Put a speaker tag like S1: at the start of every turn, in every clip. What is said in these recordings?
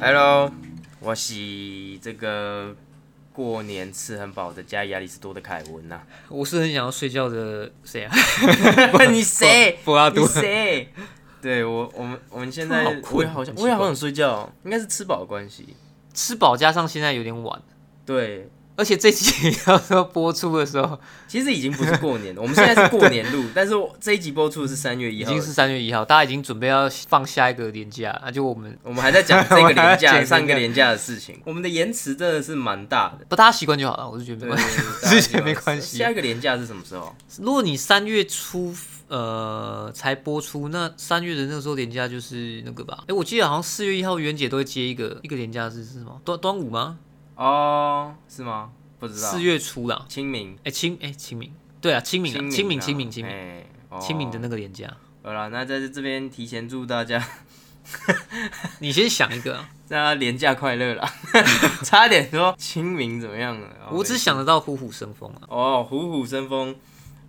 S1: Hello，我是这个过年吃很饱的加亚里士多的凯文呐、
S2: 我是很想要睡觉的谁啊？
S1: 问你谁？
S2: 布拉
S1: 你
S2: 多
S1: 谁？对我，我们我们现在
S2: 突然好
S1: 我也好
S2: 困
S1: 想，
S2: 很奇
S1: 我
S2: 怪
S1: 也好想睡觉哦，应该是吃饱的关系。
S2: 吃饱加上现在有点晚，
S1: 对，
S2: 而且这集到时候播出的时候
S1: 其实已经不是过年了，我们现在是过年录，但是我这一集播出的是三月
S2: 已
S1: 一号
S2: 经，是三月一号，大家已经准备要放下一个年假，啊，就我们
S1: 我们还在讲这
S2: 我
S1: 个
S2: 还在
S1: 年假、
S2: 讲
S1: 上个
S2: 这个
S1: 年假的事情，我们的延迟真的是蛮大的。
S2: 不大家习惯就好了，我是觉得
S1: 对
S2: 没关系。
S1: 对，
S2: 之
S1: 大
S2: 前
S1: 家
S2: 没关系
S1: 下一个年假是什么时候？
S2: 如果你三月初呃才播出，那三月的那个时候年假就是那个吧？哎、我记得好像四月一号袁姐都会接一个一个年假是是什么？端端午吗？
S1: 哦，是吗？不知道。
S2: 四月初啦。
S1: 清明。
S2: 哎、清哎、清明，对啊，清明啊，清明清明清明
S1: 明，哎
S2: 清明的
S1: 那。
S2: 那个年假，
S1: 哦好了，那在这边提前祝大家
S2: 你先想一个、啊，
S1: 大家廉假快乐啦！ 差点说清明怎么样了？哦
S2: 我只想得到虎虎生风啊。
S1: 哦，虎虎生风，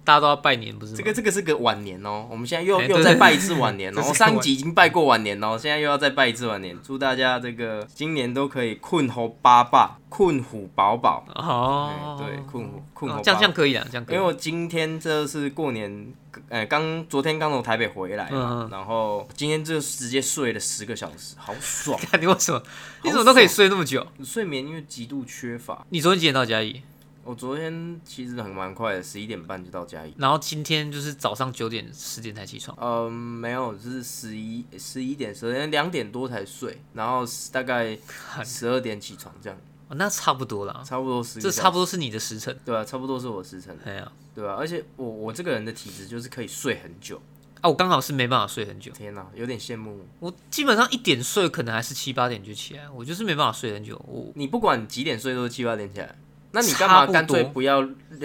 S2: 大家都要拜年，不是吗？
S1: 这个这个是个晚年哦，我们现在又
S2: 嗯哎
S1: 又
S2: 对
S1: 再拜一次晚年哦，
S2: 这是个
S1: 我上一集已经拜过晚年哦，现在又要再拜一次晚年，祝大家这个今年都可以困猴八霸，困虎饱饱，
S2: 哦，
S1: 哎对困虎困
S2: 哦
S1: 猴
S2: 这样
S1: 八
S2: 这样可以啊，这样可
S1: 因
S2: 以
S1: 为。我今天这是过年，呃，刚昨天刚从台北回来嘛，
S2: 嗯嗯
S1: 然后今天就直接睡了十个小时，好爽！
S2: 看 你为什么，你怎么都可以睡那么久？
S1: 睡眠因为极度缺乏，
S2: 你昨天几点到家里？
S1: 我昨天其实很蛮快的，十一点半就到嘉义。
S2: 然后今天就是早上九点十点才起床，
S1: 嗯，没有，是十一十一点，昨天两点多才睡，然后大概十二点起床，这样
S2: 哦那差不多啦，
S1: 差不多十。
S2: 这差不多是你的时辰。
S1: 对啊，差不多是我的时辰，
S2: 哎呀，
S1: 对啊，而且我我这个人的体质就是可以睡很久，
S2: 啊，我刚好是没办法睡很久，
S1: 天哪、有点羡慕。
S2: 我基本上一点睡，可能还是七八点就起来，我就是没办法睡很久。我
S1: 你不管几点睡都是七八点起来，那你干
S2: 差
S1: 嘛
S2: 不多
S1: 干脆不要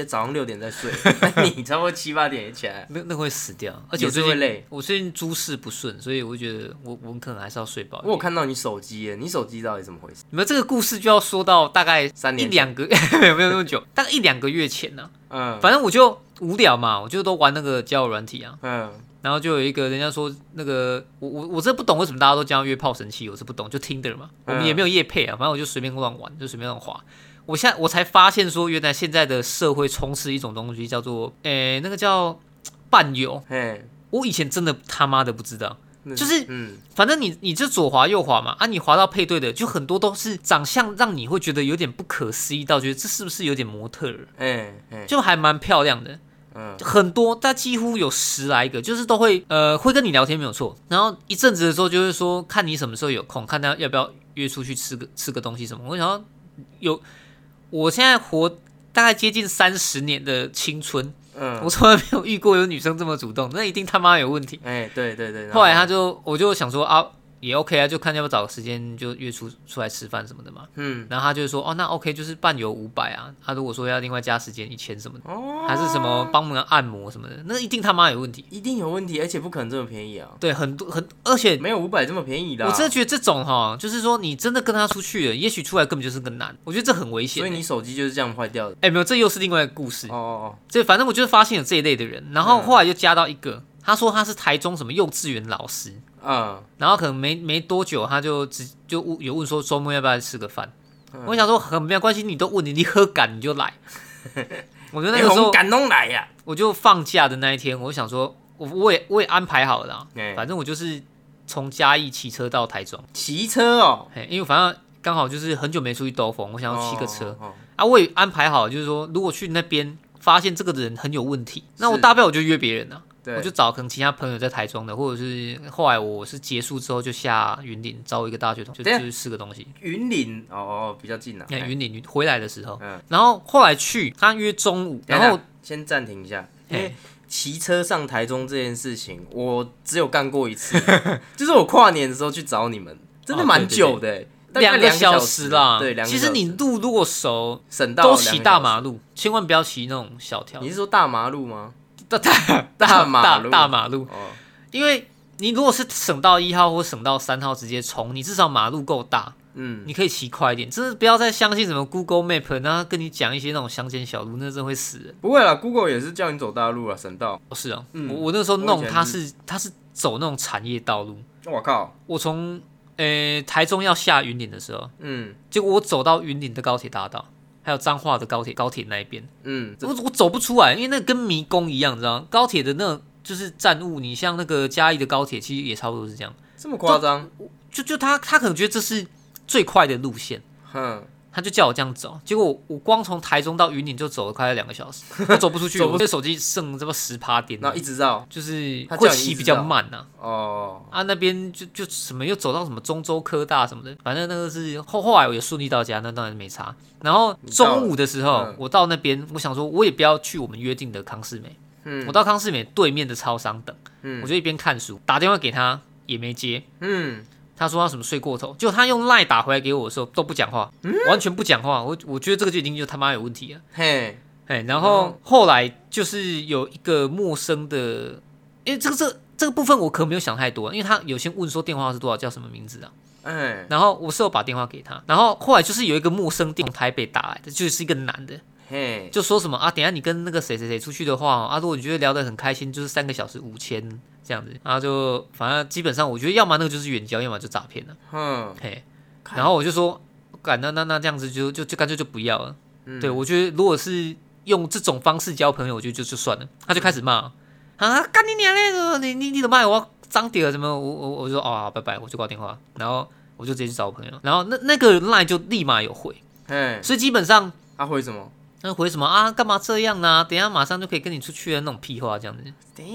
S1: 早上六点再睡？ 你差不多七八点也起来，
S2: 那那会死掉，而且我
S1: 也是
S2: 最
S1: 会
S2: 近
S1: 累。
S2: 我最近诸事不顺，所以我觉得我我可能还是要睡饱一
S1: 我有
S2: 点。
S1: 看到你手机耶，你手机到底怎么回事？
S2: 你们这个故事就要说到大概
S1: 三
S2: 一
S1: 年前，
S2: 两个 没有没有那 么久，大概一两个月前呢、
S1: 嗯
S2: 反正我就无聊嘛，我就都玩那个交友软体啊。
S1: 嗯，
S2: 然后就有一个人家说那个我我我这不懂为什么大家都叫约炮神器，我是不懂，就听的嘛，我
S1: 嗯
S2: 们也没有夜配啊，反正我就随便乱玩，就随便乱滑。我现在我才发现说，原来现在的社会充斥一种东西叫做诶、那个叫伴游，
S1: 嘿，
S2: 我以前真的他妈的不知道。
S1: 那
S2: 就是
S1: 嗯
S2: 反正你你就左滑右滑嘛，啊，你滑到配对的，就很多都是长相让你会觉得有点不可思议到，觉得这是不是有点模特儿，
S1: 哎哎
S2: 就还蛮漂亮的，
S1: 嗯
S2: 很多，但几乎有十来个，就是都会呃会跟你聊天没有错，然后一阵子的时候就是说看你什么时候有空，看他要不要约出去吃个吃个东西什么，我想要有，我现在活大概接近三十年的青春，
S1: 嗯，
S2: 我从来没有遇过有女生这么主动，那一定他妈有问题。
S1: 哎对对对，然
S2: 后来他就我就想说啊，也 OK 啊，就看要不要找个时间就约出出来吃饭什么的嘛。
S1: 嗯
S2: 然后他就说哦，那 OK 就是伴游五百啊，他、如果说要另外加时间一千什么的，
S1: 哦，
S2: 还是什么帮忙按摩什么的，那一定他妈有问题。
S1: 一定有问题，而且不可能这么便宜啊，
S2: 对，很多很，而且
S1: 没有五百这么便宜的啊，
S2: 我真的觉得这种哈，就是说你真的跟他出去了，也许出来根本就是个男，我觉得这很危险
S1: 所以
S2: 欸。
S1: 你手机就是这样坏掉的。
S2: 哎、没有，这又是另外一个故事
S1: 哦。嗯哦
S2: 这反正我就是发现了这一类的人，然后后来又加到一个，他说他是台中什么幼稚园老师，
S1: 哦，
S2: 然后可能没没多久，他就直就问有问说周末要不要吃个饭。
S1: 嗯
S2: 我想说很没有关系，你都问你，你喝敢你 就来。我觉
S1: 嗯，
S2: 得那个时候
S1: 敢弄来呀，
S2: 我就放假的那一天，我想说我我也我也安排好了啦
S1: 哎
S2: 反正我就是从嘉义骑车到台中，
S1: 骑车哦，
S2: 嘿，因为反正刚好就是很久没出去兜风，我想要骑个车、
S1: 哦，哦哦
S2: 啊，我也安排好，就是说如果去那边发现这个人很有问题，那我
S1: 是
S2: 大不了我就约别人啊。
S1: 对，
S2: 我就找可能其他朋友在台中的，或者是后来我是结束之后就下云顶招一个大学同，就
S1: 等一
S2: 就
S1: 下
S2: 是四个东西。
S1: 云林哦哦，比较近啊。
S2: 那
S1: 哎
S2: 云顶回来的时候
S1: 嗯，
S2: 然后后来去他约中午，
S1: 等一
S2: 然后哎
S1: 下先暂停一下，因
S2: 嘿
S1: 为骑车上台中这件事情，我只有干过一 次，就是我跨年的时候去找你们，真的
S2: 哦
S1: 蛮
S2: 对对
S1: 久的、欸，大概
S2: 两
S1: 个
S2: 小
S1: 时
S2: 啦。
S1: 对，两个
S2: 其实
S1: 小时
S2: 你路如果熟，
S1: 省道
S2: 都
S1: 两
S2: 骑
S1: 个
S2: 大
S1: 小时，
S2: 马路，千万不要骑那种小条
S1: 你，是说大马路吗？
S2: 大大
S1: 大马
S2: 大
S1: 路
S2: 大马路，
S1: 哦，
S2: 因为你如果是省道一号或省道三号直接冲，你至少马路够大，
S1: 嗯，
S2: 你可以骑快一点。真的不要再相信什么 Google Map，那跟你讲一些那种乡间小路，那真的会死人。
S1: 不会啦，Google 也是叫你走大路啊，省道。
S2: 哦，是啊，
S1: 嗯
S2: 我我那时候
S1: 我以
S2: 弄
S1: 前
S2: 它
S1: 是
S2: 是它是走那种产业道路，
S1: 我靠，
S2: 我从呃台中要下云林的时候，
S1: 嗯
S2: 结果我走到云林的高铁大道，还有彰化的高铁高铁那一边，
S1: 嗯，这
S2: 我我走不出来，因为那跟迷宫一样，你知道吗？高铁的那种就是站务，你像那个嘉义的高铁，其实也差不多是这样。
S1: 这么夸张？
S2: 就就他他可能觉得这是最快的路线，
S1: 哼，
S2: 他就叫我这样走。结果我我光从台中到云林就走了快要两个小时，我走不出 去，
S1: 走不
S2: 我这手机剩这么十趴电，
S1: 然后一直绕
S2: 就是
S1: 他
S2: 会
S1: 叫你一
S2: 骑
S1: 直
S2: 比较
S1: 绕
S2: 慢呐、啊。
S1: 哦，
S2: 啊，那边就就什么又走到什么中州科大什么的，反正那个是后后来我也顺利到家，那当然没差。然后
S1: 你到了
S2: 中午的时候，
S1: 嗯
S2: 我到那边，我想说我也不要去我们约定的康世美，
S1: 嗯
S2: 我到康世美对面的超商等，我
S1: 嗯
S2: 就一边看书，打电话给他也没接，
S1: 嗯，
S2: 他说他什么睡过头，就他用赖打回来给我的时候都不讲话，
S1: 嗯
S2: 完全不讲话，我我觉得这个就已经就他妈有问题了。
S1: 嘿，
S2: 哎，然
S1: 哦
S2: 后后来就是有一个陌生的，因为这个这个这个部分我可没有想太多，因为他有些问说电话是多少，叫什么名字啊？
S1: 哎，
S2: 然后我是有把电话给他，然后后来就是有一个陌生电话从台北打来的，就是一个男的，
S1: 嘿，
S2: 就说什么啊，等一下你跟那个谁谁谁出去的话哦，啊，如果你觉得聊得很开心，就是三个小时五千这样子，然后就反正基本上我觉得要么那个就是远交，要么就诈骗了，
S1: 嗯哼，
S2: 嘿，
S1: 看
S2: 然后我就说，干那那那这样子就就就干脆就不要了。
S1: 嗯
S2: 对，我觉得如果是用这种方式交朋友，我觉得就就算了。他就开始骂啊，干你娘嘞！呃你你你怎么骂我要脏点了什么？我我我就说啊、拜拜，我就挂电话，然后我就直接去找我朋友，然后那那个 line 就立马有回，
S1: 嘿，
S2: 所以基本上
S1: 他回什么
S2: 那回什么啊，干嘛这样啊？等一下马上就可以跟你出去啊了那种屁话这样子。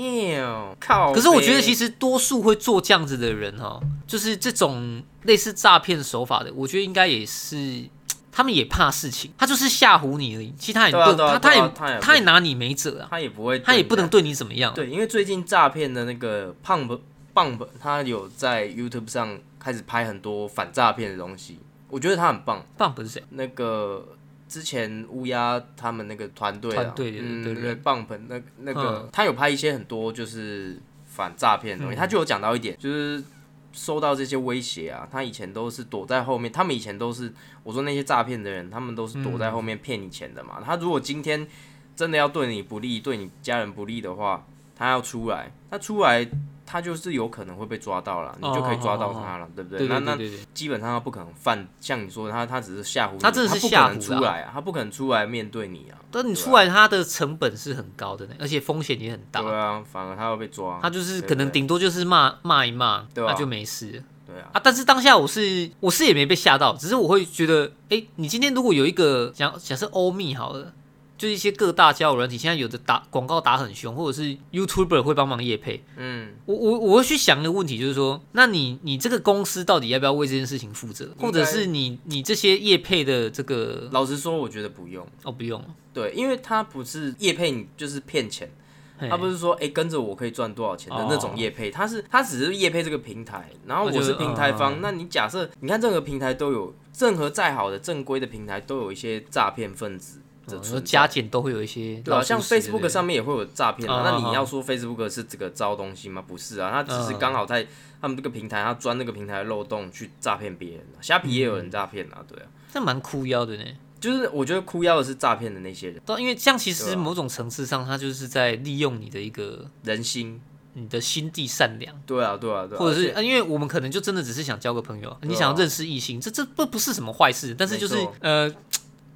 S1: ？Damn，靠！
S2: 可是我觉得其
S1: 实，
S2: 实多数会做这样子的人哦，就是这种类似诈骗手法的，我觉得应该也是他们也怕事情，他就是吓唬你而已，其实他也
S1: 对啊对啊
S2: 他他
S1: 对啊
S2: 也
S1: 他也不
S2: 他也拿你没辙啊，
S1: 他也不会，
S2: 他也不能。对你怎么样。啊
S1: 对，因为最近诈骗的那个胖本棒本，他有在 YouTube 上开始拍很多反诈骗的东西，我觉得他很棒。
S2: 棒不是谁？啊
S1: 那个之前乌鸦他们那个团队啊，
S2: 团队的
S1: 嗯，
S2: 对
S1: 对
S2: 对
S1: 对，棒本那那个、
S2: 嗯
S1: 他有拍一些很多就是反诈骗的东西，他就有讲到一点，就是受到这些威胁啊，他以前都是躲在后面，他们以前都是我说那些诈骗的人，他们都是躲在后面骗你钱的嘛。他如果今天真的要对你不利，对你家人不利的话，他要出来，他出来。他就是有可能会被抓到了，你就
S2: 哦
S1: 可以抓到他了，对不对？啊
S2: 对对
S1: 那那
S2: 对对对，
S1: 基本上他不可能犯，像你说的，他他只是吓唬你，
S2: 他真的是
S1: 不
S2: 吓
S1: 可能
S2: 唬
S1: 出
S2: 啊
S1: 来啊，他不可能出来面对你啊，
S2: 但你出来他的成本是很高的呢，而且风险也很
S1: 对
S2: 大。
S1: 啊，反而他会被抓，
S2: 他就是
S1: 对
S2: 可能
S1: 对
S2: 顶多就是骂骂一骂，
S1: 对啊
S2: 那就没事了。
S1: 对啊，
S2: 啊，但是当下我是我是也没被吓到，只是我会觉得，哎、你今天如果有一个假假设欧密好了，就是一些各大交友软体现在有的打广告打很凶，或者是 YouTuber 会帮忙业配，
S1: 嗯，
S2: 我我我会去想一个问题，就是说，那你你这个公司到底要不要为这件事情负责，
S1: 该
S2: 或者是你你这些业配的这个
S1: 老实说，我觉得不用，
S2: 哦不用，
S1: 对，因为他不是叶配你就是骗钱，
S2: 嘿
S1: 他不是说哎、诶跟着我可以赚多少钱的那
S2: 哦
S1: 种叶配，他是他只是叶配这个平台，然后
S2: 我觉
S1: 我
S2: 得
S1: 是平台
S2: 嗯
S1: 方，那你假设你看任何平台都有，任何再好的正规的平台都有一些诈骗分子的
S2: 哦
S1: 存
S2: 说
S1: 在。
S2: 加减都会有一些
S1: 对
S2: 老
S1: 啊，
S2: 鼠
S1: 像
S2: 屎之类的
S1: Facebook 上面也会有诈骗
S2: 啊
S1: 啊。那
S2: 啊
S1: 你要说 Facebook 是这个糟东西吗？不是啊，它只是
S2: 嗯
S1: 刚好在他们这个平台，它钻那个平台的漏洞去诈骗别人、啊。
S2: 嗯
S1: 虾皮也有人诈骗啊，对啊，
S2: 那蛮哭腰的呢。
S1: 就是我觉得哭腰的是诈骗的那些人，
S2: 对啊，因为这样其实
S1: 对啊
S2: 某种层次上，它就是在利用你的一个
S1: 人心。
S2: 你的心地善良。
S1: 对啊，对啊，对啊，
S2: 或者是、
S1: 而且
S2: 啊、因为我们可能就真的只是想交个朋友啊，
S1: 对啊
S2: 你想要认识异性，这这不不是什么坏事，但是就是
S1: 没错
S2: 呃，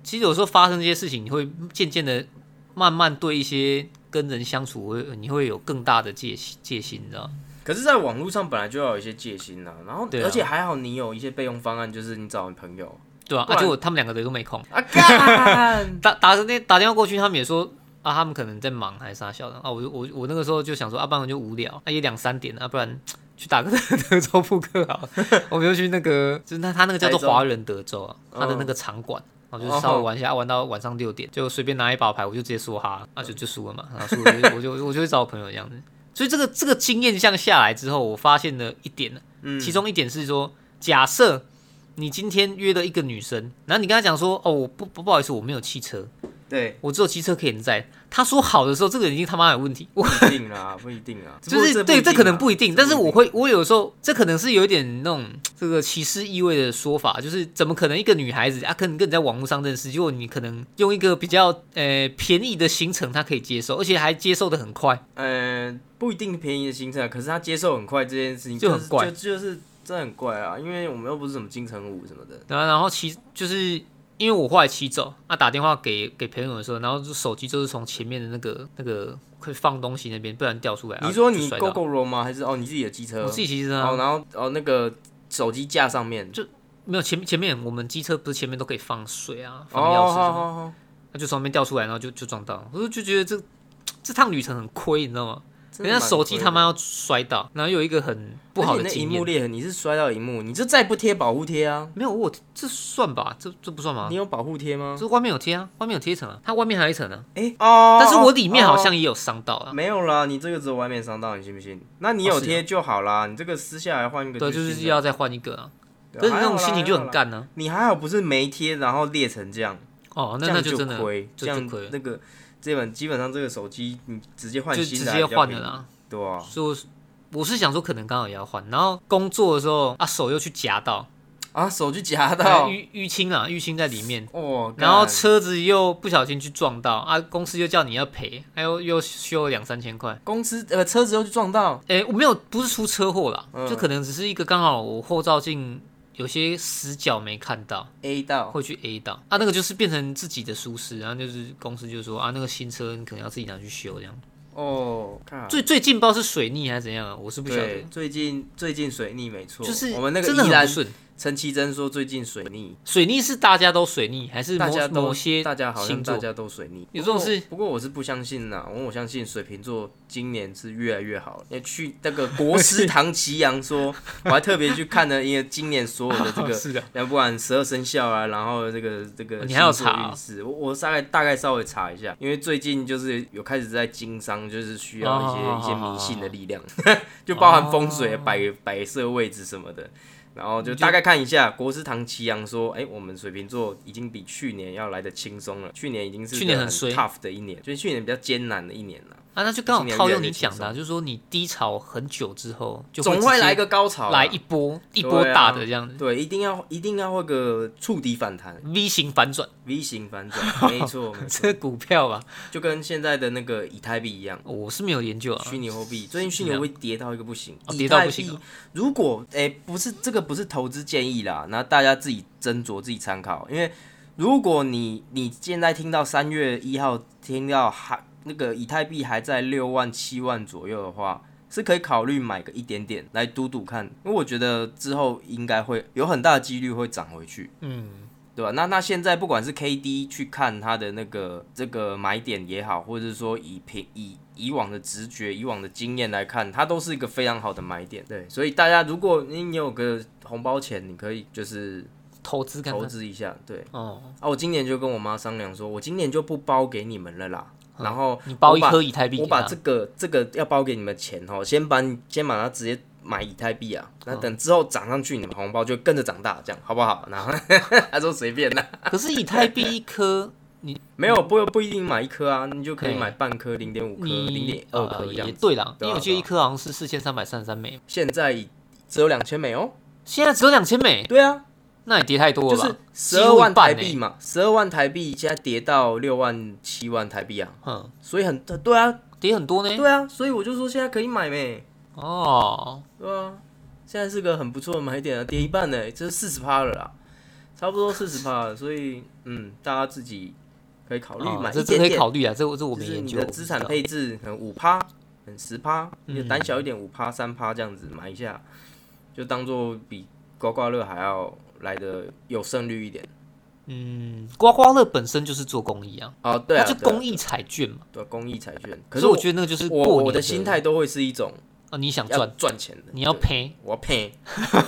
S2: 其实有时候发生这些事情，你会渐渐的慢慢对一些跟人相处会你会有更大的戒心戒心，你知道吗？
S1: 可是，在网络上本来就要有一些戒心呐、啊。然后，
S2: 对啊
S1: 而且还好你有一些备用方案，就是你找你朋友
S2: 对啊，
S1: 不
S2: 啊，
S1: 然
S2: 结果他们两个人都没空，
S1: 啊，干
S2: 打打那打电话过去，他们也说。啊，他们可能在忙还是啥小的啊？我就我我那个时候就想说，啊，不然就无聊，啊，也两三点了，啊，不然去打个德州扑克好了。 我们就去那个，就是那他那个叫做
S1: 台中嗯哦
S2: 华人德州啊，他的那个场馆，然后就稍微玩一下，啊玩到晚上六点，就随便拿一把牌，我就直接说哈，啊就就输了嘛，然后输了我就我就我就会找我朋友这样子。所以这个这个经验项下来之后，我发现了一点呢，啊
S1: 嗯
S2: 其中一点是说，假设你今天约了一个女生，然后你跟她讲说，哦，我不不不好意思，我没有汽车，
S1: 对，
S2: 我只有机车可以载。她说好的时候，这个人已经他妈有问题，我
S1: 不一定啦，不一定啊，只不
S2: 就
S1: 过
S2: 是
S1: 不一
S2: 对，这
S1: 定啊
S2: 可能不一定，但是
S1: 不
S2: 我会，我有时候这可能是有一点那种这个歧视意味的说法，就是怎么可能一个女孩子啊，可能跟你在网络上认识，结果你可能用一个比较呃便宜的行程，她可以接受，而且还接受的很快，
S1: 呃，不一定便宜的行程啊，可是他接受很快这件事情，
S2: 就
S1: 就
S2: 很
S1: 是
S2: 怪
S1: 就就是这很怪啊，因为我们又不是什么金城武什么的，
S2: 然后啊然后骑就是因为我后来骑走，啊打电话给给朋友的时候，然后就手机就是从前面的那个那个可以放东西那边，不然掉出来。
S1: 你说
S2: 然后啊就
S1: 你
S2: 摔
S1: Go
S2: 到
S1: Go Roll 吗？还是哦你自己的机车？
S2: 我自己骑车啊
S1: 哦，，然后哦那个手机架上面
S2: 就没有前前面我们机车不是前面都可以放水啊，
S1: 哦，
S2: 放钥匙
S1: 好
S2: 什么的，
S1: 好好，
S2: 那就从那边掉出来，然后就就撞到，我就就觉得这这趟旅程很亏，你知道吗？人家手机他妈要摔到，然后有一个很不好的
S1: 那
S2: 经
S1: 荧幕
S2: 验。
S1: 裂痕，你是摔到荧幕，你这再不贴保护贴啊？
S2: 没有我这算吧，这这不算吗
S1: 你？有保护贴吗？
S2: 这外面有贴啊，外面有贴一层啊，它外面还有一层啊，
S1: 哎哦，
S2: 但是我里面好
S1: 哦
S2: 像也有伤到啊。
S1: 没有啦，你这个只有外面伤到，你信不信？那你有
S2: 哦是啊
S1: 贴就好啦，你这个撕下来换一个
S2: 对，
S1: 最
S2: 就
S1: 新的，
S2: 是要再换一个啊。
S1: 对，
S2: 但是那
S1: 还好
S2: 种
S1: 啦
S2: 心情就很。
S1: 还好啦
S2: 干呢、
S1: 你还好不是没贴，然后裂成这样，
S2: 哦，
S1: 这
S2: 那那
S1: 样
S2: 就真的
S1: 亏，这
S2: 就就
S1: 样
S2: 亏了
S1: 那个这本基本上这个手机你直接换
S2: 就
S1: 新
S2: 直
S1: 的
S2: 接
S1: 还比较
S2: 换了
S1: 便宜，
S2: 啦。
S1: 对啊，
S2: 所以我是我是想说，可能刚好也要换。然后工作的时候啊，手又去夹到，
S1: 啊手机夹
S2: 啊
S1: 到，
S2: 淤淤青啊，淤青在里面。
S1: 哦，
S2: 然后
S1: 干
S2: 车子又不小心去撞到啊，公司又叫你要赔，还有又修两三千块。
S1: 公司呃车子又去撞到，
S2: 诶、我没有，不是出车祸啦，
S1: 嗯
S2: 就可能只是一个刚好我后照镜有些死角没看到，
S1: A 到，
S2: 会去 A 到啊，那个就是变成自己的疏失，然后就是公司就说啊，那个新车你可能要自己拿去修这样。
S1: 哦，看
S2: 最最近不知道是水逆还是怎样啊，我是不晓
S1: 对
S2: 得，，
S1: 最近最近水逆没错，
S2: 就是
S1: 我们那个
S2: 真的
S1: 依
S2: 很
S1: 然
S2: 不顺。
S1: 陈绮贞说最近水逆，
S2: 水逆是大家都水逆，还是
S1: 大家
S2: 某
S1: 都
S2: 某些
S1: 大家好像
S2: 星
S1: 大
S2: 座？
S1: 家都水逆，
S2: 有这种事
S1: 不过我是不相信啦，因为我相信水瓶座今年是越来越好。要去那个国 师唐奇阳说，我还特别去看了，因为今年所有的 这个，
S2: 哦是的，
S1: 要不管十二生肖啊，然后这个这个
S2: 你还有
S1: 星座
S2: 查哦
S1: 运势，我我大概大概稍微查一下，因为最近就是有开始在经商，就是需要一些
S2: 哦
S1: 一些迷信的力量， 就包含风水、啊摆摆设位置什么的。然后就大概看一下，国师堂祁阳说：“哎、我们水瓶座已经比去年要来的轻松了，去年已经是
S2: 去年
S1: 个
S2: 很
S1: 很
S2: 衰
S1: tough 的一年，就是去年比较艰难的一年了。
S2: 啊，那就刚好
S1: 今年
S2: 套
S1: 越来
S2: 用
S1: 越
S2: 你讲的啊、
S1: 轻
S2: 就是说你低潮很久之后，就
S1: 总
S2: 会
S1: 会
S2: 直接
S1: 来一个高潮啊，
S2: 来一波一波
S1: 对啊
S2: 大的这样子、
S1: 对，一定要一定要会个触底反弹
S2: V 型反转，
S1: ，V 型反转，没错，没错
S2: 这股票吧，
S1: 就跟现在的那个以太币一样。”
S2: 我是没有研究啊。
S1: 虚拟货币最近虚拟货币跌到一个不行，
S2: 哦
S1: 以
S2: 跌到
S1: 太
S2: 不行
S1: 币
S2: 啊
S1: 如果哎、不是这个不是投资建议啦，那大家自己斟酌自己参考，因为如果你你现在听到三月一号听到还那个以太币还在六万七万左右的话。是可以考虑买个一点点来赌赌看，因为我觉得之后应该会有很大的几率会涨回去，
S2: 嗯，
S1: 对吧？那那现在不管是 K D 去看它的那个这个买点也好，或者是说以平以以往的直觉、以往的经验来看，它都是一个非常好的买点。对，所以大家如果你你有个红包钱，你可以就是
S2: 投资看
S1: 投
S2: 看。
S1: 资一下。对
S2: 哦，
S1: 啊，我今年就跟我妈商量说，我今年就不包给你们了啦。然后
S2: 嗯你包一
S1: 我把
S2: 颗以太币给
S1: 我
S2: 他
S1: 把这个这个要包给你们钱哦，先把你先把它直接买以太币啊，
S2: 哦
S1: 那等之后涨上去，你们红包就跟着长大，这样好不好？然后 她说随便啦。
S2: 可是以太币一颗，
S1: 没有不不一定买一颗啊，你就可以
S2: 对
S1: 买半颗、零点五颗、零
S2: 你
S1: 点二
S2: 呃
S1: 颗这
S2: 也
S1: 样。
S2: 对啦，因
S1: 对啊
S2: 为我记
S1: 对
S2: 得
S1: 啊
S2: 一颗好像是四千三百三十三美，
S1: 现在只有两千美哦。
S2: 现在只有两千美，
S1: 对啊，
S2: 那也跌太多
S1: 就
S2: 了吧？
S1: 是
S2: 几
S1: 十
S2: 乎
S1: 二万台
S2: 一
S1: 币
S2: 半欸。
S1: 嘛，十二万台币现在跌到六万、七万台币啊，
S2: 嗯，
S1: 所以很对啊，
S2: 跌很多呢。
S1: 对啊，所以我就说现在可以买没，
S2: 哦，
S1: 对啊，现在是个很不错的买点啊，跌一半呢，这是四十趴了啦，差不多四十趴了，所以嗯，大家自己可以考虑
S2: 哦
S1: 买
S2: 这
S1: 一
S2: 这
S1: 点
S2: 可以
S1: 点。
S2: 考虑啊，这我这我
S1: 就
S2: 没
S1: 是
S2: 研
S1: 你
S2: 究。
S1: 的
S2: 我不
S1: 资
S2: 知
S1: 产
S2: 道
S1: 配置，可能五趴，可能十趴，你
S2: 嗯
S1: 就胆小一点，五趴、三趴这样子买一下，就当做比刮刮乐还要来的有胜率一点。
S2: 嗯，刮刮乐本身就是做公益啊，
S1: 哦，对啊，
S2: 它就
S1: 对啊
S2: 公益彩券嘛。
S1: 对啊公益彩券。可
S2: 可
S1: 是
S2: 是我觉得那个就是
S1: 我
S2: 过
S1: 我
S2: 年
S1: 的心态都会是一种
S2: 啊，你想
S1: 要
S2: 赚，
S1: 赚钱的，
S2: 你要
S1: 对
S2: 赔，
S1: 我要赔，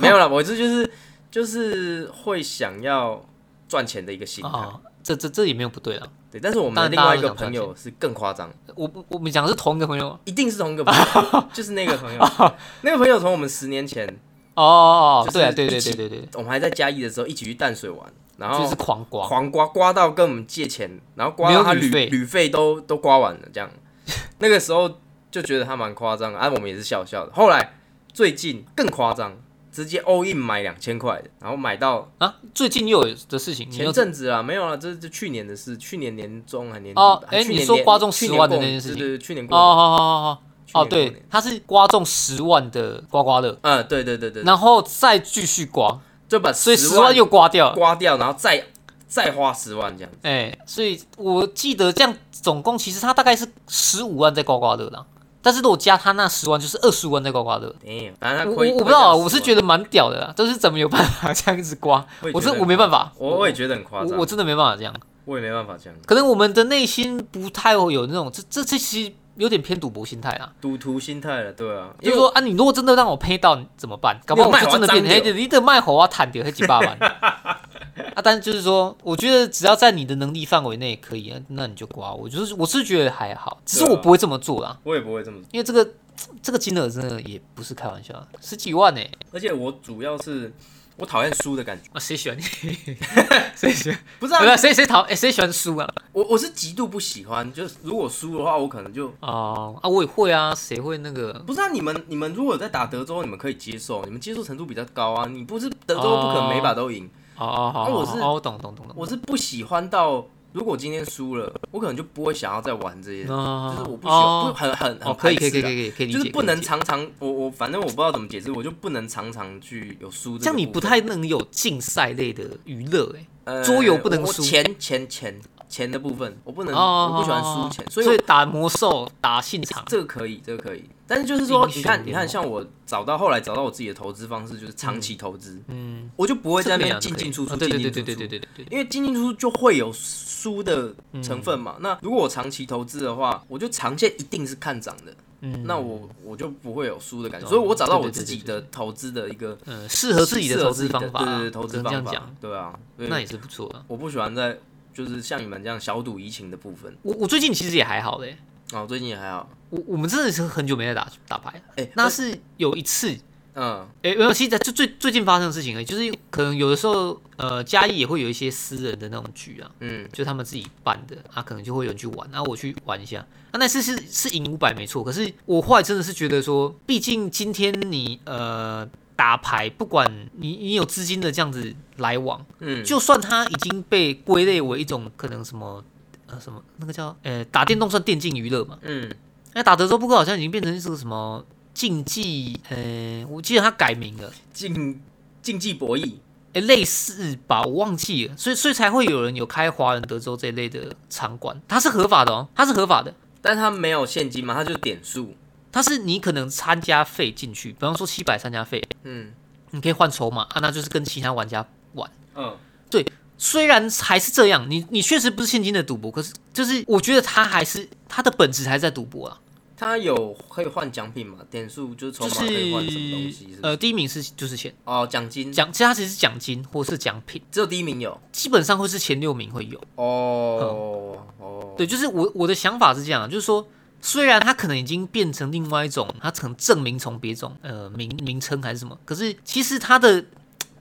S1: 没有了，我这就是就是会想要赚钱的一个心态。
S2: 啊，这这这也没有不对啦。
S1: 对，但是我
S2: 当
S1: 们
S2: 然
S1: 另
S2: 大家
S1: 外一
S2: 都
S1: 个
S2: 想赚
S1: 朋友是更夸张。
S2: 我不我们讲的是同一个朋友吗
S1: 一定是同一个朋友，就是那个朋 友，那个朋友从我们十年前
S2: 哦哦，哦
S1: 就是
S2: 对啊，对对
S1: 一起
S2: 对对对，
S1: 我们还在嘉义的时候一起去淡水玩，然
S2: 就
S1: 后
S2: 是狂刮，
S1: 狂刮刮到跟我们借钱，然后刮
S2: 没有
S1: 到他
S2: 旅
S1: 旅
S2: 费
S1: 旅费都都刮完了，这 样那个时候就觉得他蛮夸张的，啊，我们也是笑笑的。后来最近更夸张，直接 all in 买两千块的，然后买到
S2: 啊！最近又有的事情，你
S1: 前
S2: 又
S1: 阵子啊，没有啊，这是去年的事，去年年中还年底
S2: 哦
S1: 吧
S2: 哎
S1: 去年
S2: 你说
S1: 年
S2: 刮中
S1: 去
S2: 10
S1: 年
S2: 万的
S1: 过
S2: 那件事情
S1: 对对对，去年
S2: 哦，
S1: 过
S2: 好好好好，
S1: 去
S2: 哦，
S1: 年过
S2: 对
S1: 年，
S2: 他是刮中十万的刮刮乐，
S1: 嗯，对对对对，
S2: 然后再继续刮，
S1: 就把
S2: 所以
S1: 10
S2: 十万又刮掉了。
S1: 刮掉，然后再再花十万这样。
S2: 哎、所以我记得这样总共其实他大概是十五万在刮刮乐啦，但是如果加他那十万就是二十万在刮刮乐。
S1: Damn，反正他
S2: 我我
S1: 亏
S2: 我不知道啊，我是
S1: 亏掉10万
S2: 觉得蛮屌的啦，就是怎么有办法这样子刮，
S1: 我也
S2: 我
S1: 觉
S2: 真
S1: 得
S2: 我没办法，
S1: 我我也觉得很夸
S2: 我
S1: 张，
S2: 我真的没办法这样。
S1: 我也没办法这样，
S2: 可能我们的内心不太会有那种这这这其实有点偏赌博心态啦。
S1: 赌徒心态了，对啊，因
S2: 就是
S1: 为
S2: 说啊，你如果真的让我配到，你怎么办？搞不好我就真的变
S1: 你有卖猴啊
S2: 黑，你得卖猴啊，坦掉黑 几百万。啊，但是就是说，我觉得只要在你的能力范围内可以，那你就刮。我就是我是觉得还好，只是
S1: 对啊
S2: 我不会这么做啦，
S1: 我也不会这么，
S2: 因为这个这个金额真的也不是开玩笑的，十几万呢、
S1: 而且我主要是我讨厌输的感觉，
S2: 啊，谁喜欢你？ 谁喜欢？
S1: 不是
S2: 不
S1: 啊，
S2: 是谁谁讨？哎、谁喜欢输啊？
S1: 我我是极度不喜欢，就是如果输的话，我可能就
S2: 哦啊，我也会啊，谁会那个？
S1: 不是啊，你们你们如果有在打德州，你们可以接受，你们接受程度比较高啊，你不是德州不可能每把都赢，
S2: 哦哦好，
S1: 啊我是
S2: 哦，我懂懂懂懂。
S1: 我是不喜欢到如果今天输了，我可能就不会想要再玩这些，就
S2: 哦
S1: 是我不喜欢，
S2: 哦
S1: 不很很
S2: 哦，
S1: 很
S2: 可以
S1: 排
S2: 可以
S1: 斥
S2: 可
S1: 啊
S2: 以可以可以理解，
S1: 就是不
S2: 可以
S1: 能
S2: 理解
S1: 常常，我我反正我不知道怎么解释，我就不能常常去有输个部分。
S2: 这样，你不太能有竞赛类的娱乐哎。
S1: 呃
S2: 桌游不能
S1: 我
S2: 输
S1: 钱钱钱钱的部分，我不能，
S2: 哦，
S1: 嗯我不喜欢输钱，
S2: 所
S1: 所以我
S2: 打魔兽、打现场，
S1: 这个可以，这个可以。但是就是说，
S2: 英雄
S1: 你看，你
S2: 联盟
S1: 看，像我找到后来找到我自己的投资方式，就是长期投资，
S2: 嗯，
S1: 我就不会
S2: 这
S1: 在那
S2: 个
S1: 边
S2: 样子
S1: 进
S2: 可以
S1: 进出出，
S2: 哦对
S1: 进
S2: 对
S1: 进
S2: 对
S1: 出
S2: 对对
S1: 出
S2: 对对对对，嗯
S1: 因为进进出出就会有输的成分嘛。那如果我长期投资的话，我就长线一定是看涨的，
S2: 嗯，
S1: 那我我就不会有输的感觉。
S2: 懂
S1: 所以我找到我
S2: 对对
S1: 自
S2: 对
S1: 己的投资的一个
S2: 嗯，适合自己的投资方法
S1: 对
S2: 啦，
S1: 对对，投资
S2: 只能这
S1: 方
S2: 样
S1: 法
S2: 讲，，
S1: 对啊，对
S2: 那也是不错啊。
S1: 我不喜欢在就是像你们这样小赌怡情的部分。
S2: 我我最近其实也还好嘞，
S1: 哦，最近也还好，
S2: 我我们真的是很久没在打打牌了，
S1: 哎
S2: 那是有一次
S1: 嗯
S2: 哎、没有，现在就最最近发生的事情而已，就是可能有的时候，呃，嘉义也会有一些私人的那种局啊，
S1: 嗯，
S2: 就他们自己办的啊，可能就会有人去玩，然后我去玩一下。啊，那次是是赢五百没错，可是我后来真的是觉得说，毕竟今天你呃打牌，不管你你有资金的这样子来往，
S1: 嗯，
S2: 就算它已经被归类为一种可能什么呃什么那个叫呃打电动算电竞娱乐嘛，
S1: 嗯
S2: 那打德州扑克好像已经变成是个什么竞技，呃，我记得它改名了。
S1: 竞竞技博弈，
S2: 诶，类似吧，我忘记了，所以所以才会有人有开华人德州这一类的场馆，它是合法的哦，它是合法的，
S1: 但他没有现金嘛，他就点数，
S2: 它是你可能参加费进去，比方说七百参加费，
S1: 嗯
S2: 你可以换筹码啊，那就是跟其他玩家玩。
S1: 嗯，
S2: 虽然还是这样，你你确实不是现金的赌博，可是就是我觉得它还是它的本质还是在赌博啊，
S1: 他有可以换奖品嘛？点数就是筹
S2: 就
S1: 码可以换什么东西？
S2: 是
S1: 是不是
S2: 呃第一名是就是钱
S1: 哦，奖金
S2: 奖，其他其实是奖金或是奖品，
S1: 只有第一名有
S2: 基本上会是前六名会有。
S1: 哦哦，
S2: 嗯对，就是我我的想法是这样，啊就是说，虽然它可能已经变成另外一种，它可能证明从别种呃名名称还是什么，可是其实它的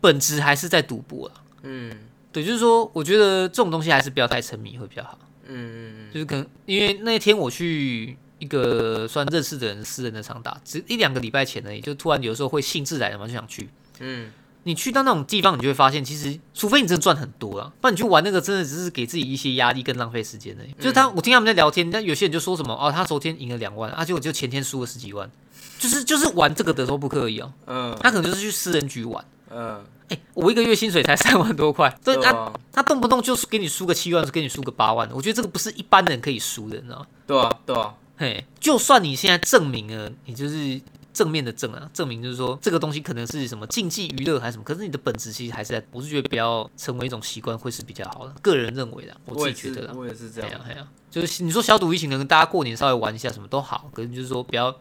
S2: 本质还是在赌博啦。啊
S1: 嗯
S2: 对，就是说，我觉得这种东西还是不要太沉迷会比较好。
S1: 嗯嗯
S2: 就是可能因为那天我去一个算认识的人私人的场打，只一两个礼拜前而已，就突然有时候会兴致来了嘛，就想去。
S1: 嗯，
S2: 你去到那种地方，你就会发现，其实除非你真的赚很多啊，不然你去玩那个真的只是给自己一些压力跟浪费时间而
S1: 嗯
S2: 已。就是他，我听他们在聊天，但有些人就说什么哦，他昨天赢了两万，啊，结果就前天输了十几万，就是就是玩这个德州扑克而已哦。
S1: 嗯
S2: 他可能就是去私人局玩，
S1: 嗯，
S2: 哎、我一个月薪水才三万多块，对他
S1: 啊
S2: 他动不动就是给你输个七万，给你输个八万，我觉得这个不是一般人可以输的，你知道吗？
S1: 对啊对啊，
S2: 嘿，就算你现在证明了，你就是正面的正啊，证明就是说这个东西可能是什么竞技娱乐还是什么，可是你的本质其实还是在，我是觉得不要成为一种习惯会是比较好的，个人认为的，我
S1: 我
S2: 自
S1: 也
S2: 己觉
S1: 是
S2: 得啦，
S1: 我也是这
S2: 哎
S1: 样
S2: 呀。哎呀，就是你说小赌怡情，可能大家过年稍微玩一下什么都好，可是就是说不要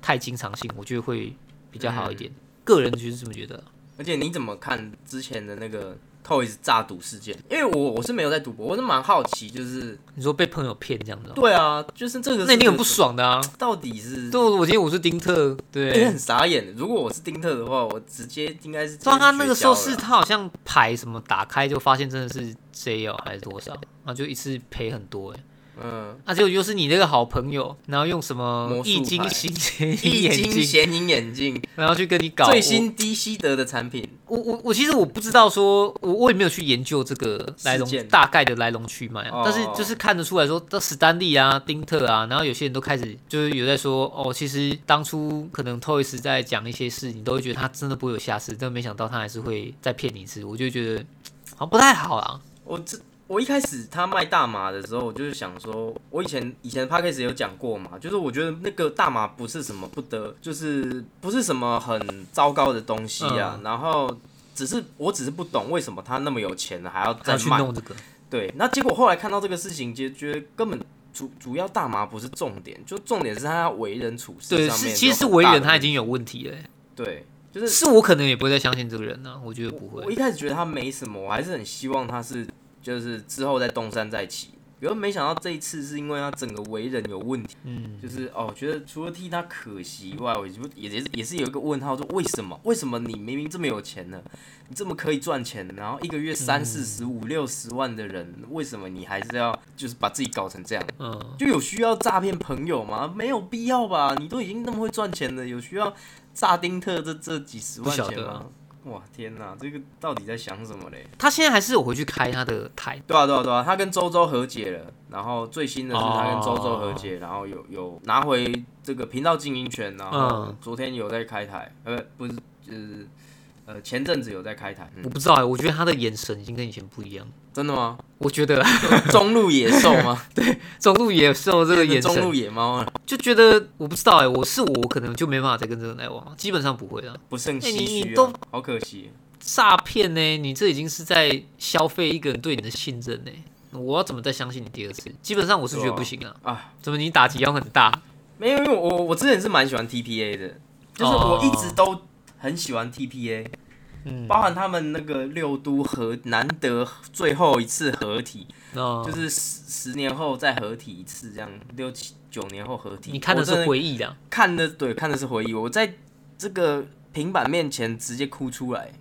S2: 太经常性，我觉得会比较好一
S1: 嗯
S2: 点，个人就是这么觉得啦。
S1: 而且你怎么看之前的那个 Toys 诈赌事件？因为我我是没有在赌博，我是蛮好奇，就是
S2: 你说被朋友骗这样子哦，
S1: 对啊，就是这个
S2: 那一定很不
S1: 是
S2: 爽的啊！
S1: 到底是
S2: 对，我今天我是丁特，对，
S1: 也很傻眼。如果我是丁特的话，我直接应该是直接
S2: 啊抓他那个时候
S1: 绝交
S2: 是
S1: 了
S2: 他好像牌什么打开就发现真的是 J 哦还是多少，然后就一次赔很多哎，
S1: 嗯，
S2: 啊，就又是你那个好朋友，然后用什么
S1: 魔术
S2: 易经
S1: 牌
S2: 型显影
S1: 易
S2: 眼
S1: 经
S2: 镜，
S1: 显影眼镜，
S2: 然后去跟你搞
S1: 最
S2: 我
S1: 新低西德的产品，
S2: 我我我其实我不知道说，我我也没有去研究这个来龙
S1: 事件
S2: 大概的来龙去脉啊，
S1: 哦
S2: 但是就是看得出来说，这史丹利啊、丁特啊，然后有些人都开始就是有在说，哦，其实当初可能 Toys 在讲一些事，你都会觉得他真的不会有下次，但没想到他还是会再骗你一次，我就觉得好像不太好啊。
S1: 我这。我一开始他卖大麻的时候，我就是想说，我以前以前 p a c k a g e 有讲过嘛，就是我觉得那个大麻不是什么不得，就是不是什么很糟糕的东西啊。
S2: 嗯
S1: 然后只是我只是不懂为什么他那么有钱了还要
S2: 还
S1: 再
S2: 要去
S1: 卖，
S2: 弄这个，
S1: 对，那结果后来看到这个事情，就觉得根本主主要大麻不是重点，就重点是他为人处事
S2: 对，
S1: 上
S2: 是
S1: 面
S2: 其实是
S1: 有很
S2: 为
S1: 大的
S2: 人他已
S1: 问题
S2: 经有问题了欸、
S1: 对，就是
S2: 是我可能也不会再相信这个人呢、啊，我觉得不
S1: 我
S2: 会
S1: 我。一开始觉得他没什么，我还是很希望他是就是之后再东山再起。可是没想到这一次是因为他整个为人有问题，
S2: 嗯，
S1: 就是哦，我觉得除了替他可惜以外，我就也也是也是有一个问号，说为什么？为什么你明明这么有钱呢？你这么可以赚钱，然后一个月三四十
S2: 嗯
S1: 五六十万的人，为什么你还是要就是把自己搞成这样？
S2: 嗯，
S1: 就有需要诈骗朋友吗？没有必要吧？你都已经那么会赚钱了，有需要诈丁特这这几十万
S2: 不晓
S1: 钱
S2: 得
S1: 吗？
S2: 啊
S1: 哇，天哪，这个到底在想什么嘞？
S2: 他现在还是有回去开他的台，
S1: 对啊，对啊，对啊，他跟周周和解了，然后最新的是他跟周周和解，然后有有拿回这个频道经营权，然后
S2: 嗯
S1: 昨天有在开台，呃，不是，就是呃前阵子有在开台，
S2: 我
S1: 嗯、
S2: 不知道哎、我觉得他的眼神已经跟以前不一样。
S1: 真的 吗？
S2: 我觉得啊
S1: 中路野兽吗？
S2: 中路野兽这个眼
S1: 中路
S2: 神，
S1: 野猫啊，
S2: 就觉得我不知道哎、我是我，我可能就没办法再跟这个人来往，基本上不会了。
S1: 不胜
S2: 哎
S1: 唏
S2: 你你
S1: 嘘、啊
S2: 都
S1: 好可惜。
S2: 诈骗呢，你这已经是在消费一个人对你的信任呢、我要怎么再相信你第二次？基本上我是觉得不行啊！
S1: 对啊
S2: 怎么你打击要很大？
S1: 没有，因为我我之前是蛮喜欢 TPA 的，就是我一直都很喜欢 TPA，、
S2: 嗯，
S1: 包含他们那个六都合难得最后一次合体，
S2: 那
S1: 就是十十年后再合体一次，这样六七九年后合体。
S2: 你看的
S1: 我真
S2: 是回忆啊，
S1: 看的对看的是回忆，我在这个平板面前直接哭出 来。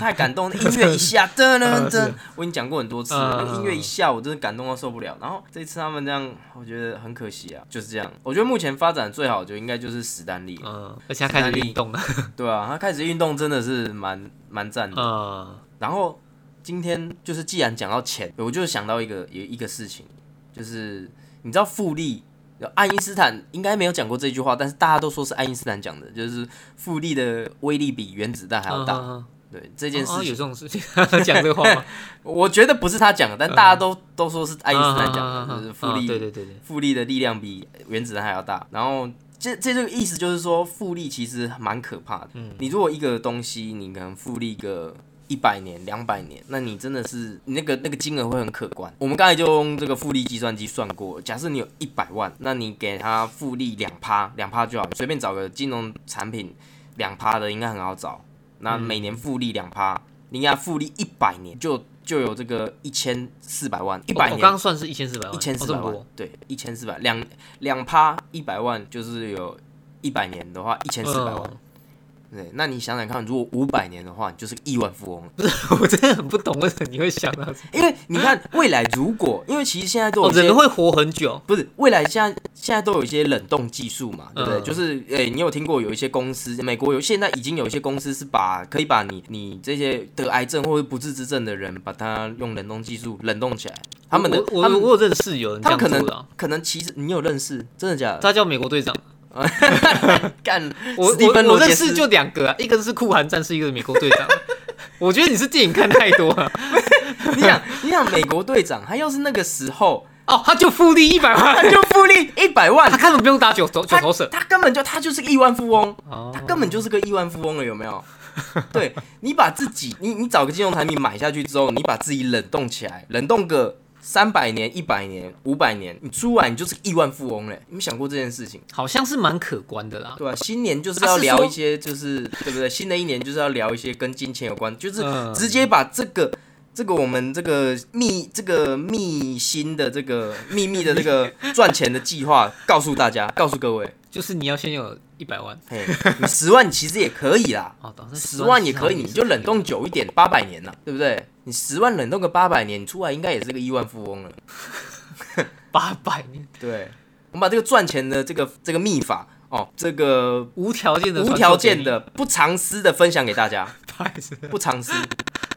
S1: 太感动了，音乐一下，噔噔噔！我已经讲过很多次了，那
S2: 嗯
S1: 个音乐一下，我真的感动到受不了。然后这次他们这样，我觉得很可惜啊，就是这样。我觉得目前发展最好就应该就是史丹利了，
S2: 嗯，而且他开始运动了，
S1: 对啊，他开始运动真的是蛮蛮赞的。
S2: 嗯，
S1: 然后今天就是既然讲到钱，我就想到一个有一个事情，就是你知道复利，爱因斯坦应该没有讲过这句话，但是大家都说是爱因斯坦讲的，就是复利的威力比原子弹还要大。
S2: 嗯嗯嗯
S1: 对这件事
S2: 哦有
S1: 情，
S2: 这种事情 讲这个话吗？
S1: 我觉得不是他讲的，但大家都、都说是爱因斯坦讲
S2: 嗯嗯嗯
S1: 的，
S2: 嗯
S1: 就是复利
S2: 嗯对对对对，
S1: 复利的力量比原子弹还要大。然后这这这个意思就是说，复利其实蛮可怕的。
S2: 嗯
S1: 你如果一个东西，你可能复利个一百年、两百年，那你真的是你那个那个金额会很可观。我们刚才就用这个复利计算机算过，假设你有一百万，那你给它复利两趴，两趴就好，随便找个金融产品两趴的应该很好找。那每年复利两趴，你给它复利一百年就。就有这个一千四百万，一百
S2: 我我
S1: 年
S2: 刚刚算是一千四百万，
S1: 一千
S2: 哦
S1: 四
S2: 这
S1: 百
S2: 么
S1: 万
S2: 多，
S1: 对，一千四百两两趴一百万，就是有一百年的话一千四百万。
S2: 嗯
S1: 对，那你想想看，如果五百年的话，你就是个亿万富翁了。
S2: 我真的很不懂为什么你会想到这
S1: 因为你看未来，如果因为其实现在都有
S2: 嗯哦，
S1: 一些
S2: 人会活很久，
S1: 不是未来现在现在都有一些冷冻技术嘛，对不对？
S2: 嗯
S1: 就是诶、你有听过有一些公司，美国有现在已经有一些公司是把可以把你你这些得癌症或者不治之症的人，把它用冷冻技术冷冻起来。他们的
S2: 我
S1: 他
S2: 我
S1: 们
S2: 我有认识有人
S1: 他
S2: 这样
S1: 们可
S2: 做
S1: 能
S2: 的啊，
S1: 可能其实你有认识，真的假的？
S2: 他叫美国队长。
S1: 干，
S2: 我
S1: 史蒂芬
S2: 我我
S1: 罗杰
S2: 认
S1: 斯
S2: 识就两个、啊，一个是酷寒战士，一个是美国队长。 我觉得你是电影看太多啊了、
S1: 你想，你想美国队长，他要是那个时候，
S2: 哦，他就复利一百 万，
S1: 他就复利一百万
S2: 他，根本不用打九头九
S1: 他
S2: 头蛇。
S1: 他根本就他就是个亿万富翁，
S2: 哦
S1: 他，根本就是个亿万富翁了，有没有？对你把自己，你你找个金融产品买下去之后，你把自己冷冻起来，冷冻个三百年、一百年、五百年，你出来你就是个亿万富翁嘞！你们想过这件事情？
S2: 好像是蛮可观的啦。
S1: 对啊，新年就是
S2: 啊
S1: 要
S2: 是
S1: 聊
S2: 说
S1: 一些，就是对不对？新的一年就是要聊一些跟金钱有关，就是
S2: 嗯
S1: 直接把这个。这个我们这个秘这个秘辛的这个秘密的这 个赚钱的计划，告诉大家，告诉各位，
S2: 就是你要先有一百万。
S1: 嘿，你十万其实也可以啦，
S2: 哦，当时
S1: 十万也可以，你就冷冻久一点，八百年呐，对不对？你十万冷冻个八百年，你出来应该也是个亿万富翁了。
S2: 八百年，
S1: 对，我们把这个赚钱的这个这个秘法哦，这个
S2: 无条件的
S1: 无条件的不藏私的分享给大家，
S2: 太是
S1: 不藏私，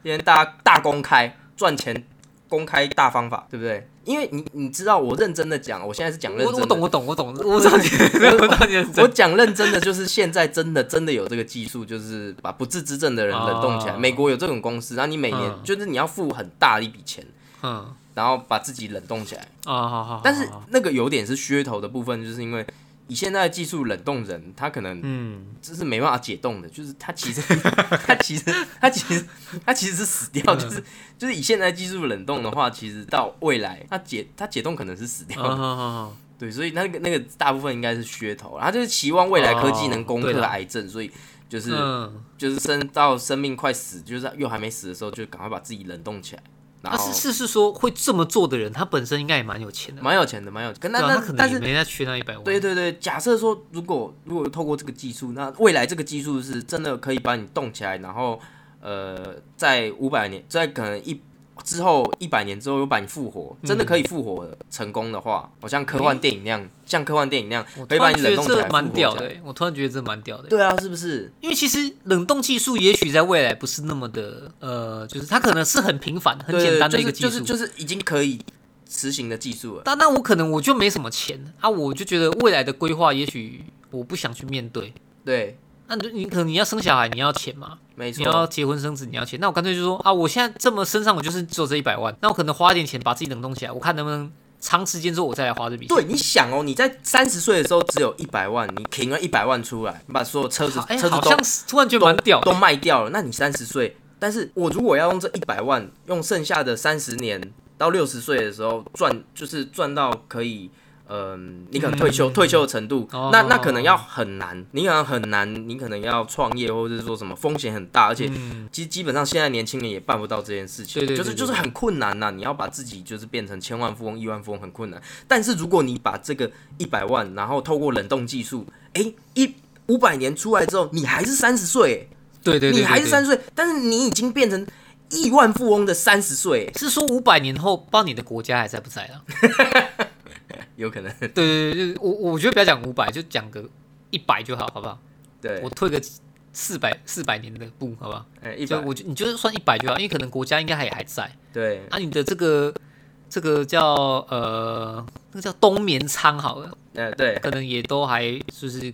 S1: 今天大家大公开赚钱，公开大方法，对不对？因为你你知道，我认真的讲，我现在是讲认
S2: 我
S1: 真的，
S2: 我懂我懂我懂，我知道你 我知道你很
S1: 我
S2: 真，
S1: 讲认真的，就是现在真的真的有这个技术，就是把不治之症的人冷冻起来。
S2: 哦
S1: 美国有这种公司，然后你每年
S2: 嗯
S1: 就是你要付很大的一笔钱，
S2: 嗯啊
S1: 然后把自己冷冻起来。
S2: 好好好，
S1: 但是
S2: 好好
S1: 那个有点是噱头的部分，就是因为以现在的技术冷冻人，他可能
S2: 嗯，
S1: 就是没办法解冻的，就是他其实 他其实他其实他其实是死掉，
S2: 嗯
S1: 就是就是以现在技术冷冻的话，其实到未来他解他解冻可能是死掉
S2: 啊
S1: 的
S2: 好好好，
S1: 对，所以那个那个大部分应该是噱头啦，他就是期望未来科技能攻
S2: 哦对
S1: 克
S2: 啦
S1: 癌症，所以就是、
S2: 嗯，
S1: 就是生到生命快死，就是又还没死的时候，就赶快把自己冷冻起来。然
S2: 啊
S1: 后
S2: 是是是说会这么做的人，他本身应该也蛮有钱的，
S1: 蛮有钱的，蛮有钱。可那
S2: 对啊他
S1: 那
S2: 可
S1: 但
S2: 能也
S1: 是
S2: 没在缺那一百万，
S1: 对对对，假设说如果如果透过这个技术，那未来这个技术是真的可以把你冻起来，然后呃，在五百年，在可能一之后一百年之后又把你复活，真的可
S2: 嗯
S1: 以复活的、成功的话，好像科幻电影那样，像科幻电影那样
S2: 我，突
S1: 可以把
S2: 然
S1: 你
S2: 觉
S1: 冷
S2: 得
S1: 冻起来
S2: 这
S1: 复活
S2: 蛮屌
S1: 起来
S2: 的欸，我突然觉得这蛮屌的欸。
S1: 对啊，是不是？
S2: 因为其实冷冻技术也许在未来不是那么的，呃，就是它可能是很平凡、很
S1: 对
S2: 简单的一个技术。
S1: 就是就是、就是已经可以实行的技术了。
S2: 但那我可能我就没什么钱啊，我就觉得未来的规划也许我不想去面对。
S1: 对，
S2: 那你就你可能你要生小孩，你要钱嘛？
S1: 没
S2: 你要
S1: 错，
S2: 结婚生子，你要钱。那我干脆就说啊，我现在这么身上我就是只有这一百万，那我可能花一点钱把自己冷冻起来，我看能不能长时间之后我再来花这笔钱。
S1: 对，你想哦，你在三十岁的时候只有一百万，你停了一百万出来，你把所有车子
S2: 好，哎、
S1: 车子
S2: 好
S1: 都
S2: 像是突然觉得蛮屌的
S1: 都卖掉了，那你三十岁，但是我如果要用这一百万，用剩下的三十年到六十岁的时候赚，就是赚到可以。嗯，你可能退休、退休的程度，
S2: 哦
S1: 那那可能要很难，你可能很难，你可能要创业或者是说什么风险很大，而且基基本上现在年轻人也办不到这件事情，
S2: 嗯对对对
S1: 就是
S2: 对
S1: 就是很困难呐、你要把自己就是变成千万富翁、亿万富翁很困难。但是如果你把这个一百万，然后透过冷冻技术，哎、一五百年出来之后，你还是三十岁，
S2: 对对对
S1: 你还是
S2: 对对
S1: 三十岁，但是你已经变成亿万富翁的三十岁，
S2: 是说五百年后，不知道你的国家还在不在啊？
S1: 有可能
S2: 对对对，就我我觉得不要讲五百，就讲个一百就好，好不好？
S1: 对
S2: 我，退个四百四百年的步，好不好？
S1: 哎，一
S2: 就
S1: 百
S2: 我就你就算一百就好，因为可能国家应该还还在
S1: 对
S2: 啊。你的这个这个叫呃，那个叫冬眠仓好了，
S1: 呃对，
S2: 可能也都还就是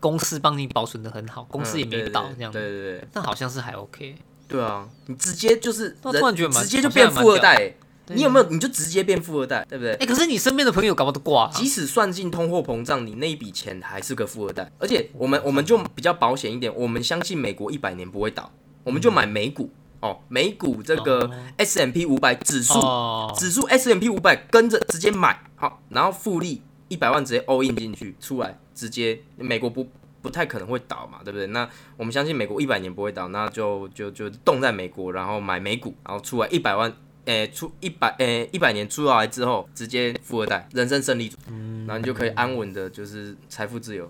S2: 公司帮你保存的很好，公司也
S1: 嗯对
S2: 没
S1: 对
S2: 倒
S1: 对
S2: 这样
S1: 对
S2: 子，
S1: 对对
S2: 那好像是还 OK。
S1: 对啊，你直接就是
S2: 那我
S1: 人
S2: 突然觉得蛮
S1: 直接就
S2: 好像
S1: 变
S2: 还蛮
S1: 富二
S2: 屌
S1: 代欸，
S2: 对
S1: 你有没有你就直接变富二代，对不对？
S2: 哎，可是你身边的朋友搞不好都挂了啊
S1: 即使算进通货膨胀，你那一笔钱还是个富二代。而且我们我们就比较保险一点，我们相信美国一百年不会倒，我们就买美股哦，美股这个
S2: 嗯哦
S1: S M P 五百指数
S2: 哦，
S1: 指数 S M P 五百跟着直接买好，然后复利一百万直接 all in 进去，出来直接美国不不太可能会倒嘛，对不对？那我们相信美国一百年不会倒，那就就就冻在美国，然后买美股，然后出来一百万。诶、出一百诶一百年出来之后，直接富二代，人生胜利组，然后你就可以安稳的，就是财富自由。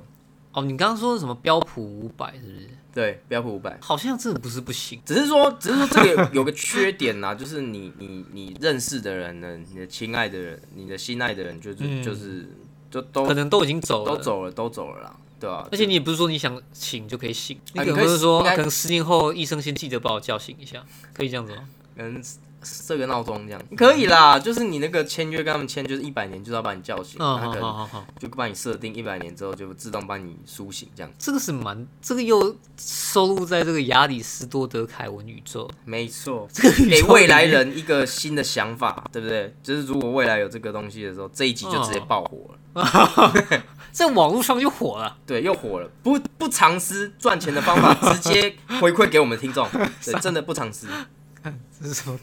S2: 哦，你刚刚说什么标普五百是不是？
S1: 对，标普五百，
S2: 好像真的不是不行。
S1: 只是说，只是说这个有 个缺点呐、就是你你你认识的人呢，你的亲爱的人，你的心爱的人，就是、
S2: 嗯
S1: 就是就都
S2: 可能都已经走了，
S1: 都。走了，都走了啦，对吧、
S2: 而且你也不是说你想醒就可以醒，你
S1: 啊
S2: 可
S1: 你
S2: 能
S1: 可以
S2: 不是说
S1: 应该
S2: 可能十年后医生先记得把我叫醒一下，可以这样子吗？
S1: 跟设个闹钟这样可以啦，就是你那个签约跟他们签，就是一百年就是要把你叫醒，
S2: 嗯，
S1: 他
S2: 好
S1: 可
S2: 好
S1: 能
S2: 好好，
S1: 就把你设定一百年之后就自动把你苏醒这样，
S2: 这个是蛮，这个又收录在这个亚里士多德凯文宇宙，
S1: 没错，
S2: 这个宇宙
S1: 给
S2: 里面
S1: 未来人一个新的想法，对不对？就是如果未来有这个东西的时候，这一集就直接
S2: 嗯
S1: 爆火了。
S2: 在网络上就火了，
S1: 对，又火了。不不藏私赚钱的方法，直接回馈给我们听 众。对，真的不藏私。
S2: 这是什么？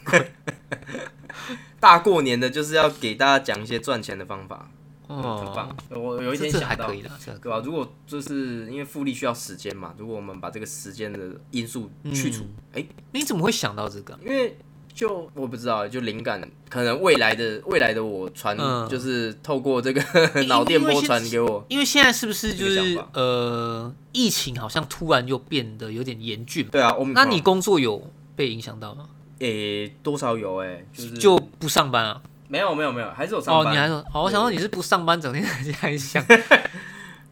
S1: 大过年的，就是要给大家讲一些赚钱的方法，很
S2: 哦
S1: 棒，。我有一
S2: 这
S1: 天
S2: 这
S1: 想
S2: 还
S1: 到
S2: 可，以啦，这个
S1: 对吧、如果就是因为复利需要时间嘛，如果我们把这个时间的因素
S2: 嗯
S1: 去除，哎、
S2: 你怎么会想到这个？
S1: 因为就我不知道，就灵感可能未来的未来的我传，
S2: 嗯
S1: 就是透过这个
S2: 因
S1: 脑电
S2: 因
S1: 波
S2: 为现
S1: 传给我。
S2: 因为现在是不是就
S1: 这个
S2: 是
S1: 想法
S2: 呃，疫情好像突然又变得有点严峻，
S1: 对啊，我
S2: 那你工作有被影响到吗？
S1: 诶、多少有诶、就是
S2: 就不上班啊？
S1: 没有没有没有，还是有上
S2: 哦，
S1: 班。
S2: 你还说哦，我想说你是不上班，整天在家里想，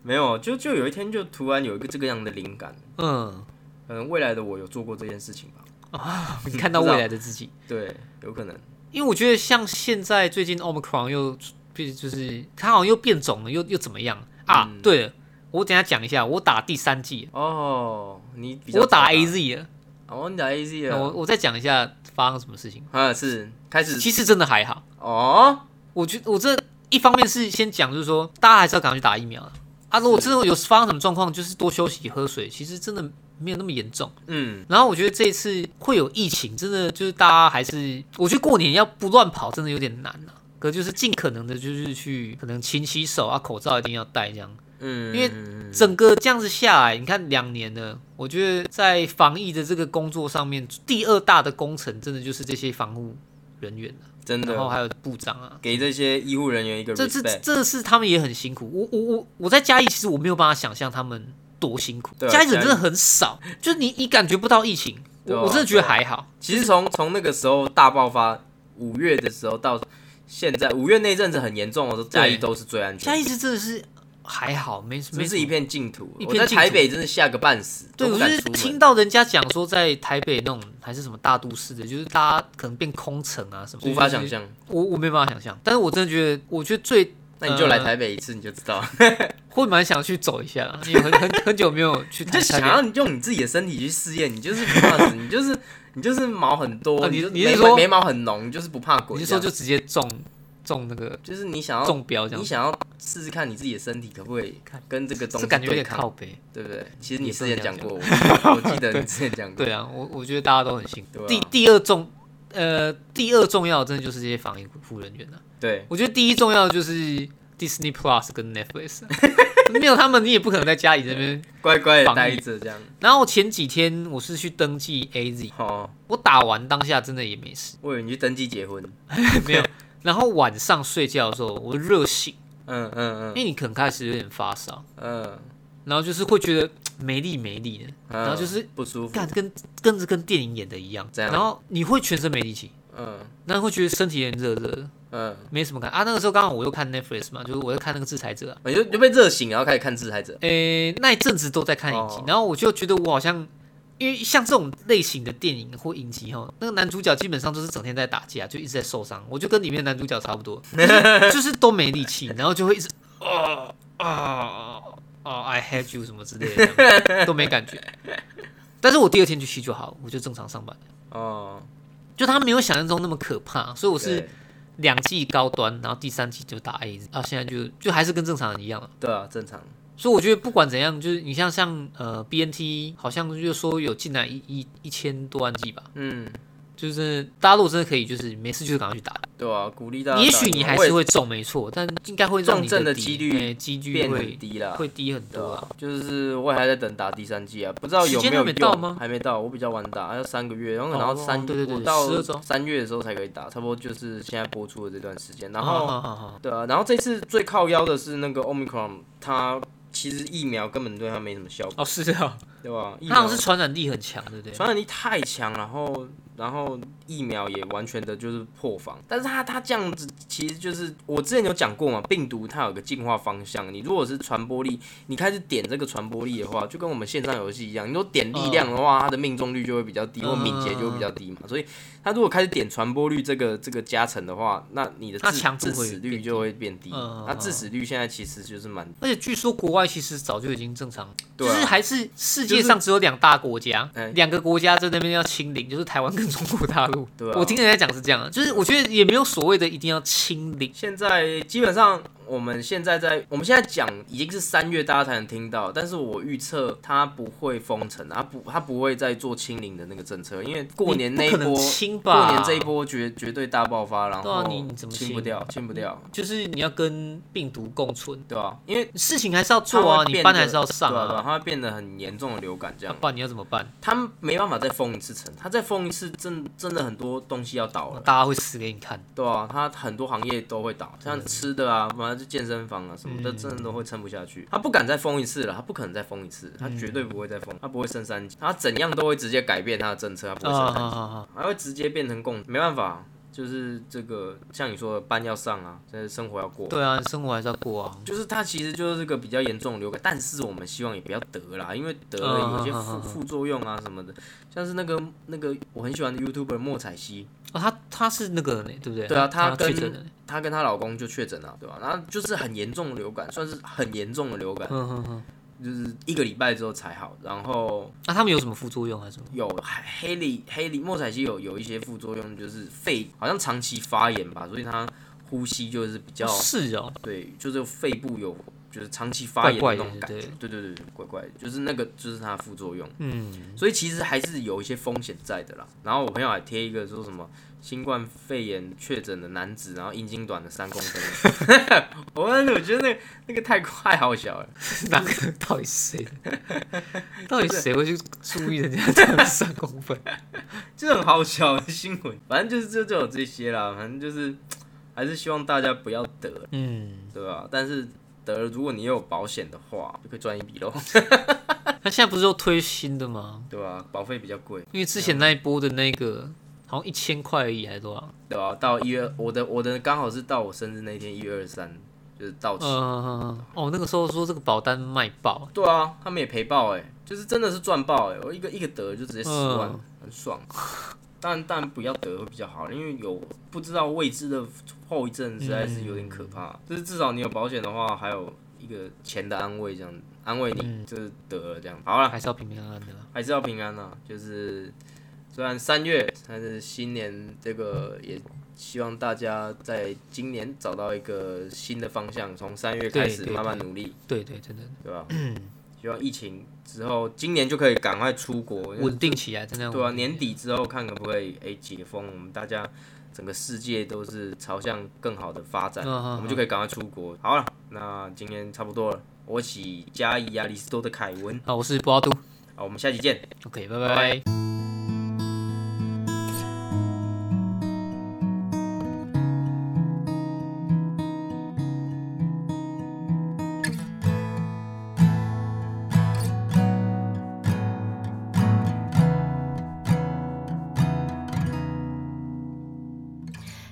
S1: 没有，就就有一天就突然有一个这个样的灵感，
S2: 嗯，
S1: 可能未来的我有做过这件事情吧。
S2: 你看到未来的自己。
S1: 对，有可能。
S2: 因为我觉得像现在最近 Omicron 又变，就是它好像又变种了，又又怎么样啊？
S1: 嗯
S2: 对了，我等一下讲一下，我打第三剂了，
S1: 哦，你比较
S2: 我打
S1: 早
S2: A Z 了，
S1: 哦，你打 A Z
S2: 我
S1: 了，
S2: 我再讲一下发生什么事情。
S1: 啊是开始
S2: 其实真的还好，
S1: 哦，
S2: 我觉我这一方面是先讲，就是说大家还是要赶快去打疫苗啊。啊，如果真的有发生什么状况，就是多休息、喝水，其实真的没有那么严重。
S1: 嗯，
S2: 然后我觉得这一次会有疫情，真的就是大家还是，我觉得过年要不乱跑，真的有点难啊。可就是尽可能的，就是去可能勤洗手啊，口罩一定要戴这样。
S1: 嗯，
S2: 因为
S1: 嗯
S2: 整个这样子下来，你看两年了，我觉得在防疫的这个工作上面，第二大的工程真的就是这些防护人员啊，
S1: 真
S2: 然后
S1: 的
S2: 还有部长啊，
S1: 给这些医护人员一个
S2: 这这
S1: respect，
S2: 这是他们也很辛苦。我我我我在嘉义，其实我没有办法想象他们多辛苦。
S1: 对啊
S2: 嘉义人真的很少，就是你你感觉不到疫情，我、
S1: 对啊
S2: 我真的觉得还好。
S1: 其实从从那个时候大爆发，五月的时候到现在，五月那阵子很严重的时候，嘉义
S2: 对
S1: 都是最安全
S2: 嘉
S1: 的，
S2: 义是真的是还好，没什
S1: 真
S2: 没
S1: 是
S2: 什
S1: 一
S2: 么。
S1: 片净土。
S2: 一片
S1: 我在
S2: 净土
S1: 台北真是吓个半死，
S2: 对，
S1: 都
S2: 我
S1: 不
S2: 就
S1: 敢
S2: 是
S1: 出门
S2: 听到人家讲说，在台北那种还是什么大都市的，就是大家可能变空城啊什么，
S1: 无法
S2: 就是
S1: 想。象。
S2: 我我没有办法想象，但是我真的觉得，我觉得最
S1: 那你就来
S2: 呃
S1: 台北一次，你就知道。
S2: 会蛮想去走一下啦，因为很很很久没有去
S1: 你
S2: 台
S1: 就
S2: 北。
S1: 想要你用你自己的身体去试验，你就是不怕死，你就是你就是毛很多，
S2: 哦你
S1: 就
S2: 你是
S1: 眉
S2: 说
S1: 眉毛很浓，你就是不怕鬼
S2: 你
S1: 这
S2: 是
S1: 样。
S2: 说就直接中中那个
S1: 就是你想要
S2: 中标这样
S1: 你？想要试试看你自己的身体可不可以跟这个东
S2: 这
S1: 西
S2: 感觉有
S1: 对
S2: 点
S1: 抗，
S2: 靠北。
S1: 对不对？其实你
S2: 也是
S1: 之前
S2: 这样
S1: 讲过， 我我记得
S2: 对
S1: 你之前讲过。
S2: 对啊，我我觉得大家都很辛苦。
S1: 对啊
S2: 第第二重，呃，第二重要的真的就是这些防疫服人员啊。
S1: 对，
S2: 我觉得第一重要的就是 Disney Plus 跟 Netflix，、啊、 没有他们你也不可能在家里这边。
S1: 乖乖的
S2: 防疫
S1: 待着这样。
S2: 然后前几天我是去登记 AZ，
S1: 哦，
S2: 我打完当下真的也没事，
S1: 我以为你去登记结婚。
S2: 没有。然后晚上睡觉的时候我热醒，
S1: 嗯嗯
S2: 因为你可能开始有点发烧，
S1: 嗯嗯，
S2: 然后就是会觉得没力没力的，
S1: 嗯
S2: 然后就是
S1: 不舒服。
S2: 干跟跟着跟电影演的一样，
S1: 这样
S2: 然后你会全身没力气，
S1: 嗯
S2: 然后会觉得身体有点热热的。
S1: 嗯，
S2: 没什么感啊。那个时候刚好我又看 Netflix 嘛，就是我在看那个《制裁者》啊，
S1: 你就就被热醒，然后开始看《制裁者》。
S2: 诶、那一阵子都在看影集，
S1: 哦
S2: 然后我就觉得我好像，因为像这种类型的电影或影集哈，那个男主角基本上都是整天在打架，就一直在受伤，我就跟里面的男主角差不多，就是就是都没力气，然后就会一直哦哦哦，I hate you 什么之类的这样，都没感觉。但是我第二天去吸就好，我就正常上班，
S1: 哦，
S2: 就他没有想象中那么可怕，所以我是
S1: 对
S2: 两季高端，然后第三季就打 A 啊，现在就就还是跟正常人一样了。
S1: 对啊，正常。
S2: 所以我觉得不管怎样，就是你像像呃 BNT 好像就说有进来一一一千多万剂吧，
S1: 嗯，
S2: 就是大家如果真的可以，就是没事就是赶快去打。
S1: 对啊，鼓励大家。
S2: 也许你还是会中没错，但应该会让你
S1: 重症的
S2: 底
S1: 几率
S2: 哎几率
S1: 变
S2: 会
S1: 很低啦。
S2: 会低很
S1: 对
S2: 多
S1: 啊
S2: 啊。，
S1: 就是我也还在等打第三季啊，不知道有
S2: 时间
S1: 没
S2: 还
S1: 有
S2: 没
S1: 用
S2: 到吗
S1: 还没到，我比较晚打，还有三个月，然后
S2: 哦
S1: 然后三、
S2: 对对对
S1: 我
S2: 12
S1: 到
S2: 周
S1: 三月的时候才可以打，差不多就是现在播出的这段时间。然
S2: 好
S1: 后、
S2: 好好好
S1: 对啊，然后这次最靠腰的是那个 Omicron，它其实疫苗根本对它没什么效果，
S2: 哦是啊，
S1: 对吧？疫
S2: 它好
S1: 苗
S2: 像是传染力很强，对不对？
S1: 传染力太强，然后然后疫苗也完全的就是破防。但是它它这样子，其实就是我之前有讲过嘛，病毒它有个进化方向，你如果是传播力，你开始点这个传播力的话，就跟我们线上游戏一样，你都点力量的话，它的命中率就会比较低，
S2: 嗯
S1: 或敏捷就会比较低嘛。所以它如果开始点传播率这个这个加成的话，那你的
S2: 那
S1: 致
S2: 强度
S1: 致
S2: 会
S1: 死
S2: 变
S1: 率
S2: 低
S1: 就会变低
S2: 嗯。
S1: 那致死率现在其实就是蛮
S2: 而且据说国外其实早就已经正常了，
S1: 对
S2: 就
S1: 啊
S2: 是还是世界上只有两大国家
S1: 哎，
S2: 两、个国家在那边要清零，就是台湾跟中国大陆。
S1: 对啊
S2: 我听人家讲是这样啊，就是我觉得也没有所谓的一定要清零。
S1: 现在基本上，我们现在在我们现在讲已经是三月，大家才能听到。但是我预测它不会封城，它不它不会再做清零的那个政策，因为过年那一
S2: 你不可
S1: 波
S2: 能，清吧，
S1: 过年这一波绝绝对大爆发，然
S2: 对啊
S1: 后
S2: 你你怎么
S1: 清
S2: 清
S1: 不掉，清不掉，
S2: 就是你要跟病毒共存，
S1: 对吧、啊因为
S2: 事情还是要
S1: 它
S2: 做啊，
S1: 会
S2: 你
S1: 变得
S2: 班还是要上
S1: 对啊，对啊
S2: 啊，
S1: 它会变得很严重的流感这样。
S2: 不然你要怎么办？
S1: 他们没办法再封一次城，他再封一次，真真的很多东西要倒了。
S2: 大家会死给你看。
S1: 对啊，它很多行业都会倒，像吃的啊，反正就健身房啊什么的，
S2: 嗯
S1: 真的都会撑不下去。他不敢再封一次了，他不可能再封一次，
S2: 嗯
S1: 他绝对不会再封，他不会升三级，他怎样都会直接改变他的政策，他不
S2: 啊
S1: 会升
S2: 啊
S1: 三级，
S2: 啊！啊
S1: 他会直接变成共，没办法，就是这个像你说的班要上啊，这生活要过，
S2: 对啊，生活还是要过啊。
S1: 就是它其实就是个比较严重的流感，但是我们希望也不要得啦，因为得了有些
S2: 嗯嗯
S1: 副
S2: 嗯嗯
S1: 副作用啊什么的，像是那个那个我很喜欢的 YouTuber 莫彩希，
S2: 哦，他他是那个呢，欸对不对？
S1: 对啊
S2: 他
S1: 他
S2: 确
S1: 跟
S2: 诊了。
S1: 她跟她老公就确诊了，对吧、然后就是很严重的流感，算是很严重的流感，
S2: 嗯嗯嗯。
S1: 就是一个礼拜之后才好，然后
S2: 那、他们有什么副作用还是啊什么？
S1: 有黑里黑里莫彩希有有一些副作用，就是肺好像长期发炎吧，所以她呼吸就是比较
S2: 是哦，
S1: 对，就是肺部有就是长期发炎的
S2: 怪
S1: 那
S2: 怪的
S1: 种感
S2: 对
S1: 觉，对对对对，怪怪的，就是那个就是它的副作用，
S2: 嗯，
S1: 所以其实还是有一些风险在的啦。然后我朋友还贴一个说什么新冠肺炎确诊的男子，然后阴茎短了三公分， 我我觉得那个那个太快好笑了，
S2: 那个到底谁？到底谁会去注意人家这样三公分？
S1: 这很好笑的新闻，反正就是就就有这些啦，反正就是还是希望大家不要得，
S2: 嗯，
S1: 对吧？但是得了，如果你有保险的话，就可以赚一笔喽，
S2: 那现在不是又推新的吗？
S1: 对吧？保费比较贵。
S2: 因为之前那一波的那个好像一千块而已，还是多少？
S1: 对啊，到一月，我的我的刚好是到我生日那天一月二三，就是到期。
S2: 嗯、哦，那个时候说这个保单卖爆，
S1: 对啊，他们也赔爆哎、就是真的是赚爆哎、我一个一个得就直接十万，
S2: 嗯
S1: 很爽。但但不要得会比较好，因为有不知道未知的后遗症实在是有点可怕。
S2: 嗯
S1: 就是至少你有保险的话，还有一个钱的安慰，这样安慰你，
S2: 嗯
S1: 就是得了这样。好了，
S2: 还是要平平安安的啦。
S1: 还是要平安啊。就是虽然三月，但是新年这个也希望大家在今年找到一个新的方向，从三月开
S2: 对
S1: 始
S2: 对
S1: 慢慢努力，
S2: 对对，真的
S1: 对吧？希望疫情之后，今年就可以赶快出国，
S2: 稳定起来，真的要
S1: 对啊，
S2: 稳定
S1: 年底之后看可不可以哎、解封，我们大家整个世界都是朝向更好的发展，
S2: 嗯嗯嗯
S1: 我们就可以赶快出国。好了，那今天差不多了，我起嘉怡亚里士多的凯文，
S2: 好，我是博阿都
S1: 好，我们下期见。
S2: ，OK，拜拜。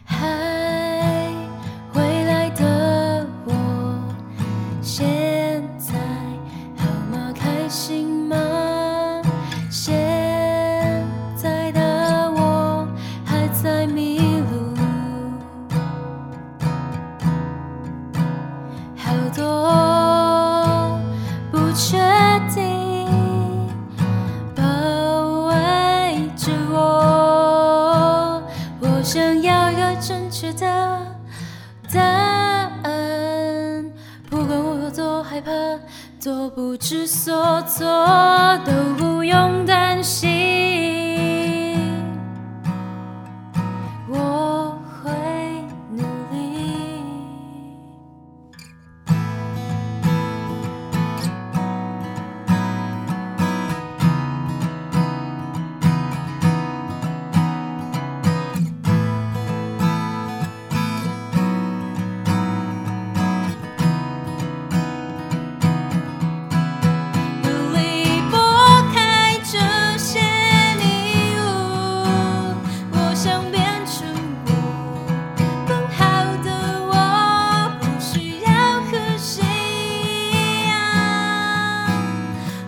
S3: 嗨，未来的我，现在好吗？开心吗？现在的我还在迷路，好多不确定包围着我。我想要有正确的答案，不管我有多害怕，多不知所措，都不用担心。我会努力。努力拨开这些迷雾，我想变成我更好的我，不需要和谁一样，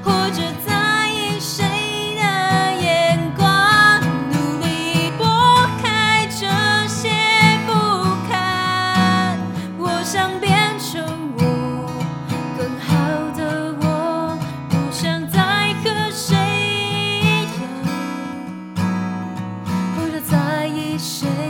S3: 或者在意谁的眼光。努力拨开这些不堪，我想变成我。更好的我，不想再和谁一样，不再在意谁嗯